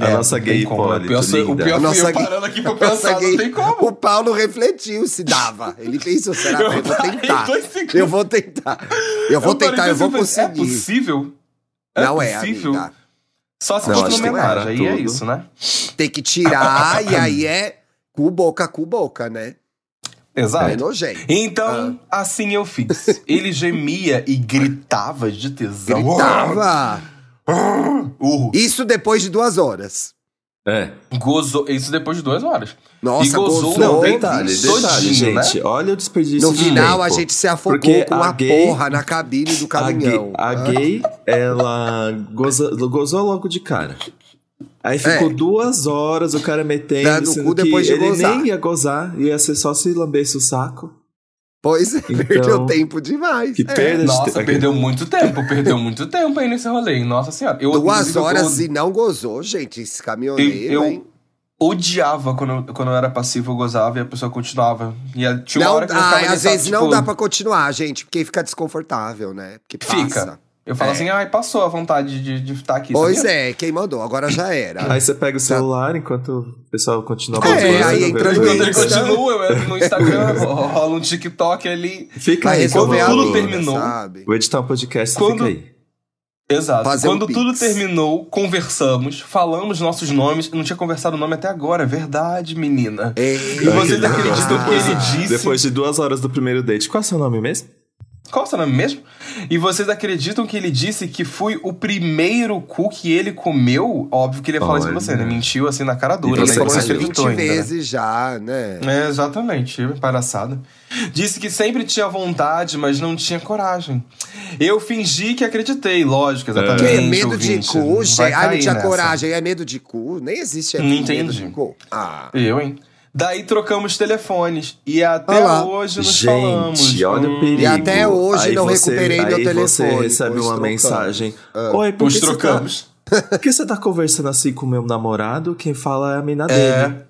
A nossa gay, É, não tem como. Hipólito, O pior, sou- o linda. pior A fui nossa eu gay- parando aqui pra pensar, não tem como. O Paulo refletiu se dava. Ele pensou, será que Ah, eu vou parei tentar? dois segundos. Eu vou tentar. Eu vou tentar, parei eu vou dois segundos. É conseguir. possível? não é, possível? amiga. Só se Não, fosse acho uma que homenagem, para aí é tudo. isso, né? Tem que tirar e aí é cu boca, cu boca, né? É Ah. Exato. nojento. Então, assim eu fiz. Ele gemia e gritava de tesão. Gritava. Urro. Isso depois de duas horas. É. Gozou. Isso depois de duas horas. Nossa, E gozou, gozou. Não, Não, detalhe, todinho, detalhe, né? gente. Olha o desperdício No de final, tempo. a gente se Porque afogou com a a gay- porra na cabine A do gay, caminhão. Ah, a gay, ela goza- gozou logo de cara. Aí ficou É. duas horas o cara metendo, Dando sendo cu depois que de ele gozar. nem ia gozar, ia ser só se lambesse o saco. Pois é, Então- perdeu tempo demais. Que É. perda de Nossa, tempo. perdeu muito tempo. Perdeu muito tempo aí nesse rolê. hein? Nossa senhora. Eu, Duas inclusive, eu horas e não gozou, gente. Esse Eu, caminhoneiro, hein? eu odiava quando eu, quando eu era passivo, eu gozava e a pessoa continuava. E a- tinha uma Não, hora que eu ai, ficava às nessa, vezes não tipo, dá pra continuar, gente, porque fica desconfortável, né? Porque Fica. passa. Eu falo É. assim, ai, passou a vontade de estar de tá aqui. Pois sabia? é, quem mandou, agora já era. Aí você pega o celular enquanto o pessoal continua Hum. Tá. É, gozando, aí vendo entra no Enquanto ele vídeo. Insta. continua, eu entro no Instagram, rola um TikTok ali. Fica Vai aí, resolver a quando tudo tudo vida, termina. terminou. sabe? Vou editar um podcast, Quando- fica aí. Exato. Fazer um Quando tudo pix. terminou, conversamos, falamos nossos nomes. Eu não tinha conversado o nome até agora, é verdade, menina. E E você tá acreditando que depois, ele disse? depois de duas horas do primeiro date. Qual é o seu nome mesmo? Qual o seu nome é mesmo? E vocês acreditam que ele disse que fui o primeiro cu que ele comeu? Óbvio que ele ia falar isso pra Olha. você, né? Mentiu assim na cara dura. E né? você Então falou você isso acreditou 20 ainda, né? vezes já, né? É, exatamente, palhaçada. Disse que sempre tinha vontade, mas não tinha coragem. Eu fingi que acreditei, lógico, exatamente. Que é medo ouvinte. de cu, É, Vai gente. Ai, não cair tinha nessa. coragem. É medo de cu? Nem existe é Não medo entendi. de cu. Ah. Eu, hein? Daí trocamos telefones e até Ah lá. hoje nos Gente, falamos. olha Hum, o perigo. E até hoje Aí não você- recuperei meu aí você recebe telefone, pois uma trocamos. Ah. mensagem. Oi, por Os que, você tá, trocamos. por que você tá conversando assim com o meu namorado? Quem fala é a mina É. dele.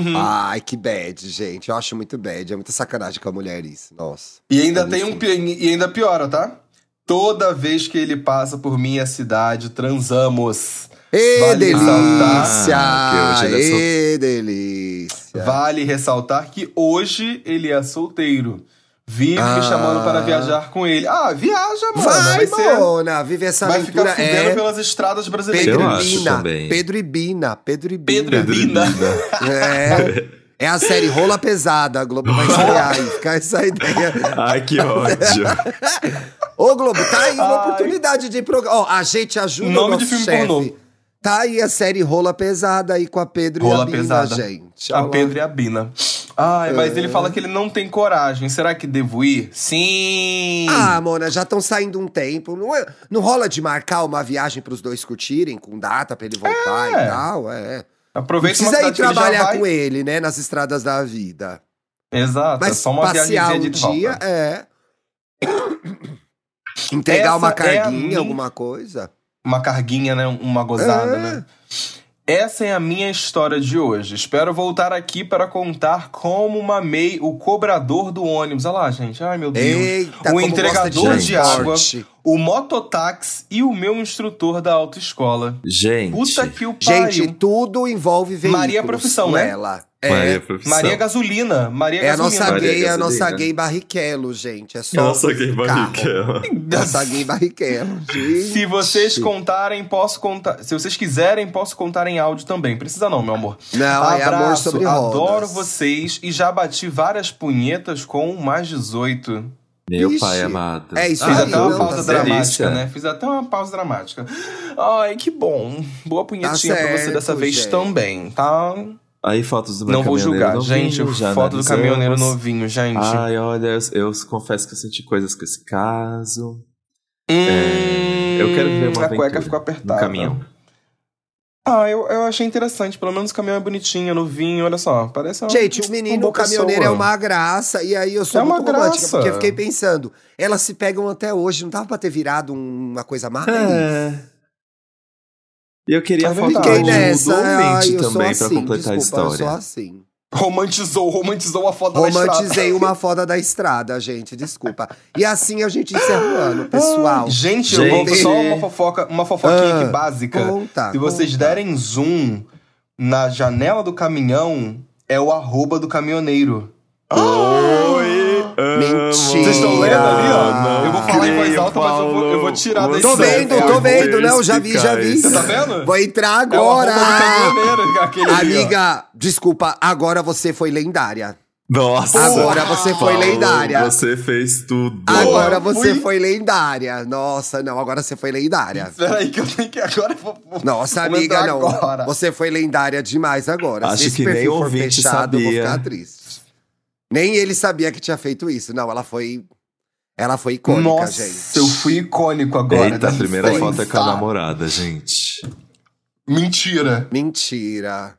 Uhum. Ai, que bad, gente. Eu acho muito bad. É muita sacanagem com a mulher isso. Nossa. E ainda Como tem um assim? pi- e ainda piora, tá? Toda vez que ele passa por minha cidade, transamos. Ê, Vale delícia! ressaltar que hoje ele é sol- Ê, delícia! Vale ressaltar que hoje ele é solteiro. Vive Ah. me chamando para viajar com ele. Ah, viaja, mano. vai Vai, ser. Mona! Vive essa Vai aventura. ficar fudendo É pelas estradas brasileiras. Pedro Eu e acho Bina. também. Pedro e Bina. Pedro e Bina. Pedro e Bina. É. É a série Rola Pesada. A Globo vai estrear aí. Fica essa ideia. Ai, que ódio. Ô, Globo, tá aí uma Ai. oportunidade de programa. Ó, a gente ajuda o Nome nosso de filme chefe. pornô. Tá aí a série Rola Pesada aí com a Pedro e a Rola Bina, pesada. gente. A Olha lá. Pedro e a Bina. Ai, mas É. ele fala que ele não tem coragem. Será que devo ir? Sim! Ah, Mona, já estão saindo um tempo. Não, é- não rola de marcar uma viagem pros dois curtirem, com data pra ele voltar É. e tal, é. Aproveita uma Precisa ir cidade que ele já trabalhar vai. com ele, né, nas estradas da vida. Exato, é Mas só uma passear viagemzinha um de ida e volta. dia, é. Entregar Essa uma é a carguinha, é minha- alguma coisa. uma carguinha, né? Uma gozada, É. né? Essa é a minha história de hoje. Espero voltar aqui para contar como mamei o cobrador do ônibus. Olha lá, gente. Ai, meu Deus. Eita, o como gosta entregador gente de água, forte. o mototáxi e o meu instrutor da autoescola. Gente. Puta que o pariu. Gente, tudo envolve veículos. Maria profissão, com né? Ela. Maria É, Profissão. Maria Gasolina. Maria é a Gasolina. nossa Maria gay, é a nossa Gasolina. gay barriquelo, gente. É só Nossa, que carro. barriquela. Nossa gay barriquelo, gente. Se vocês contarem, posso contar. Se vocês quiserem, posso contar em áudio também. Precisa não, meu amor. Não, é amor Abraço, sobre rodas. adoro vocês e já bati várias punhetas com mais 18. Meu Ixi. pai amado. É isso Fiz aí, até uma não, pausa tá dramática, Ah, delícia. né? Fiz até uma pausa dramática. Ai, que bom. Boa punhetinha pra você certo, dessa vez gente. também, tá? Aí fotos Tá do meu Não vou caminhoneiro julgar, novinho, gente. já né? Ah, Foto do analisamos. caminhoneiro novinho, gente. Ai, olha, eu, eu confesso que eu senti coisas com esse caso. Hum, é. eu quero ver uma A cueca aventura ficou No apertada. caminhão. Ah, eu, eu achei interessante. Pelo menos o caminhão é bonitinho, novinho, olha só. Parece uma, Gente, o uma menino boa o caminhoneiro pessoa. é uma graça. E aí eu sou É uma muito romântica, graça. porque eu fiquei pensando, elas se pegam até hoje, não dava pra ter virado um- uma coisa mais? É. E eu queria É a foto do, do verdade. Fiquei Eu nessa. Ai, ouvinte eu sou também assim, pra completar a desculpa, história. Eu sou assim. Romantizou, romantizou a foto da estrada. Romantizei uma foda da estrada, gente, desculpa. E assim a gente encerra o ano, pessoal. Gente, eu Gente. vou só uma fofoca, uma fofoquinha Ah, aqui básica. Conta. Se vocês conta. derem zoom na janela do caminhão, é o arroba do caminhoneiro. Mentira. Vocês estão lendo ali, ó? Não eu vou falar em voz creio, alta, mas eu vou, eu vou tirar da Paulo. é Tô edição. vendo, tô Eu vou- vendo, não, já vi, já vi. é Você tá vendo? Vou entrar É o arroba agora. do caminhoneiro, aquele ali, ó. Amiga, desculpa, agora você foi lendária. Nossa! Agora você foi Paulo, lendária. Você fez tudo. Agora você fui. foi lendária. Nossa, não, agora você foi lendária. Peraí, que eu tenho que agora. eu Vou, vou Nossa, vou amiga, entrar não. Agora. Você foi lendária demais agora. Acho Se esse que nem perfil o for ouvinte fechado, eu vou sabia. ficar triste. Nem ele sabia que tinha feito isso. Não, ela foi. Ela foi icônica, Nossa, gente. eu fui icônico agora. Eita, a né? primeira Foi. foto é com a namorada, gente. Mentira. Mentira.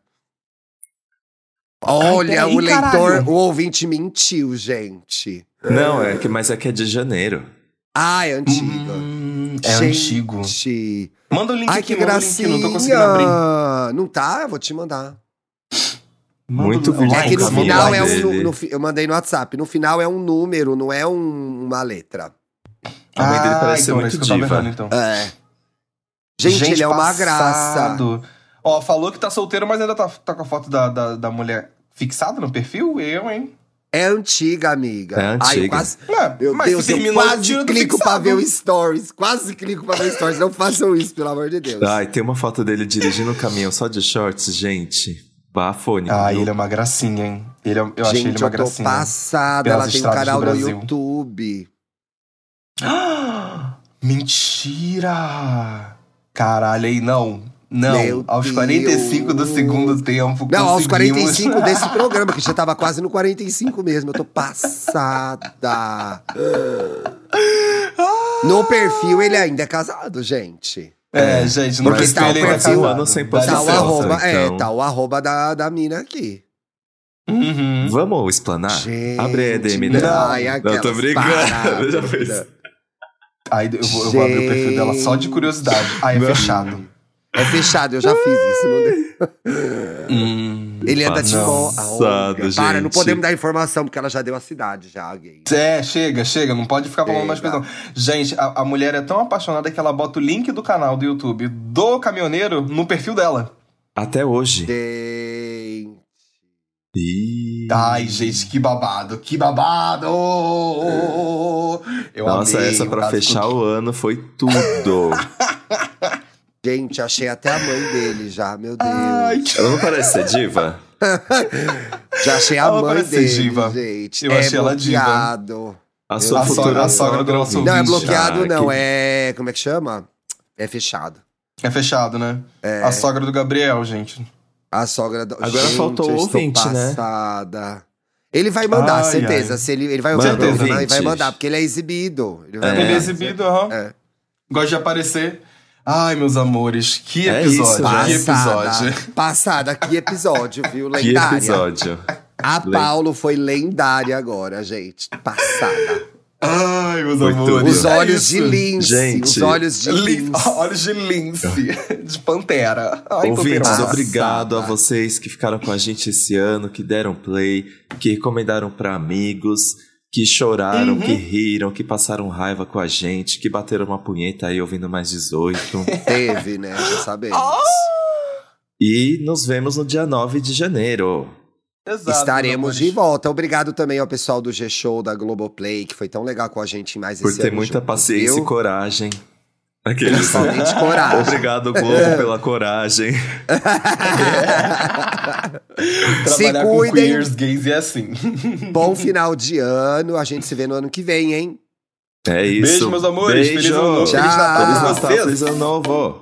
Olha, peraí, o leitor, caralho. o ouvinte mentiu, gente. Não, é que, mas é que é de janeiro. Ai, antigo. Uhum. Hum, é antigo. Gente. Manda o link Ai, aqui, que manda o gracinha. link, não tô conseguindo abrir. Não tá? Eu vou te mandar. Manda Muito o link. Ai, É que no caminho final é um. dele. nu- no fi- eu mandei no WhatsApp. No final é um número, não é um- uma letra. A mãe dele parece ser então, é muito isso que eu tava diva. errando, então. É. Gente, ele é uma graça. passado. Ó, falou que tá solteiro, mas ainda tá, tá com a foto da, da, da mulher fixada no perfil? Eu, hein? É antiga, amiga. É antiga. Ai, eu quase, Ué, meu mas Deus, eu terminou quase tirando clico pra fixado. Ah, ver o stories. Quase clico pra ver o stories. Não façam isso, pelo amor de Deus. Ai, tem uma foto dele dirigindo o caminhão só de shorts, gente. Bafônico. Ah, viu? ele é uma gracinha, hein? Ele é- eu achei Gente, ele uma eu tô gracinha. passada. Pelas Ela tem um estradas do canal no Brasil. YouTube. Ah, Mentira! Caralho, aí não. Não, Meu aos Deus. 45 do segundo tempo. Não, aos conseguimos- 45 desse programa, que já tava quase no 45 mesmo. Eu tô passada. No perfil, ele ainda é casado, gente. É, gente, não Porque perfil tá o ele ainda perfil- casado. Ah, não, sem Dá Tá Tá o licença, arroba, então. é, tá o arroba da, da mina aqui. Uhum. Vamos explanar? Gente, Ah, Abre a DM não. dela. Ai, Não, tô aquelas brincando. paradas. Já fez. Aí eu vou, eu vou abrir o perfil dela só de Gente. curiosidade. Aí é fechado. É fechado, eu já fiz isso. Não deu. Hum. Ele anda de boa. Passado, Para, não gente. podemos dar informação, porque ela já deu a cidade, já, gay. É, chega, chega, não pode ficar falando mais Chega. coisa. não. Gente, a, a mulher é tão apaixonada que ela bota o link do canal do YouTube do caminhoneiro no perfil dela. Até hoje. Gente. Ih. Ai, gente, que babado, que babado! Eu Nossa, amei essa o pra caso fechar o ano foi tudo. Gente, achei até a mãe dele já, meu Deus. Ai, que... Ela não parece ser diva? já achei a Ela mãe parece dele, diva. gente. Eu é achei ela diva. bloqueado. A sua A sogra- futura a sogra do nosso ouvinte. Não, é Vixe, bloqueado, Ah, não. que- É. Como é que chama? É fechado. É fechado, né? É. A sogra do Gabriel, gente. A sogra do... Agora faltou o eu estou ouvinte, né? Ah, passada. Ele vai mandar, Ai, certeza. ai. Se ele, ele vai Manda ouvir, o programa e ouvintes. vai mandar, porque ele é exibido. Ele vai É. Ele mandar. é exibido, aham. É. Gosta de aparecer. Ai, meus amores, que É episódio, isso, né? que Passada, episódio. passada, que episódio, viu? Que Lendária. episódio. A Paulo foi lendária agora, gente. Passada. Ai, meus Foi tudo. amores. Os é olhos isso. de lince. Gente. Os olhos de Lin- lince. Olhos de lince. De pantera. Ai, Ouvintes, pantera. obrigado a vocês que ficaram com a gente esse ano, que deram play, que recomendaram pra amigos, que choraram, que Uhum. riram, que passaram raiva com a gente, que bateram uma punheta aí ouvindo mais 18. Teve, né? Já sabemos. e nos vemos no dia 9 de janeiro. Exato, Estaremos meus de amores. volta. Obrigado também ao pessoal do G-Show, da Globoplay, que foi tão legal com a gente mais Por esse ter ano muita junto, paciência viu? e coragem. Aqueles. Principalmente coragem. Obrigado, É. Globo, pela coragem. Se Trabalhar com cuidem. queers, gays e assim. Bom final de ano. A gente se vê no ano que vem, hein? É isso. Beijo, meus amores. Feliz Beijo. ano novo. Tchau. Feliz Natal pra Feliz vocês. Natal, feliz ano novo.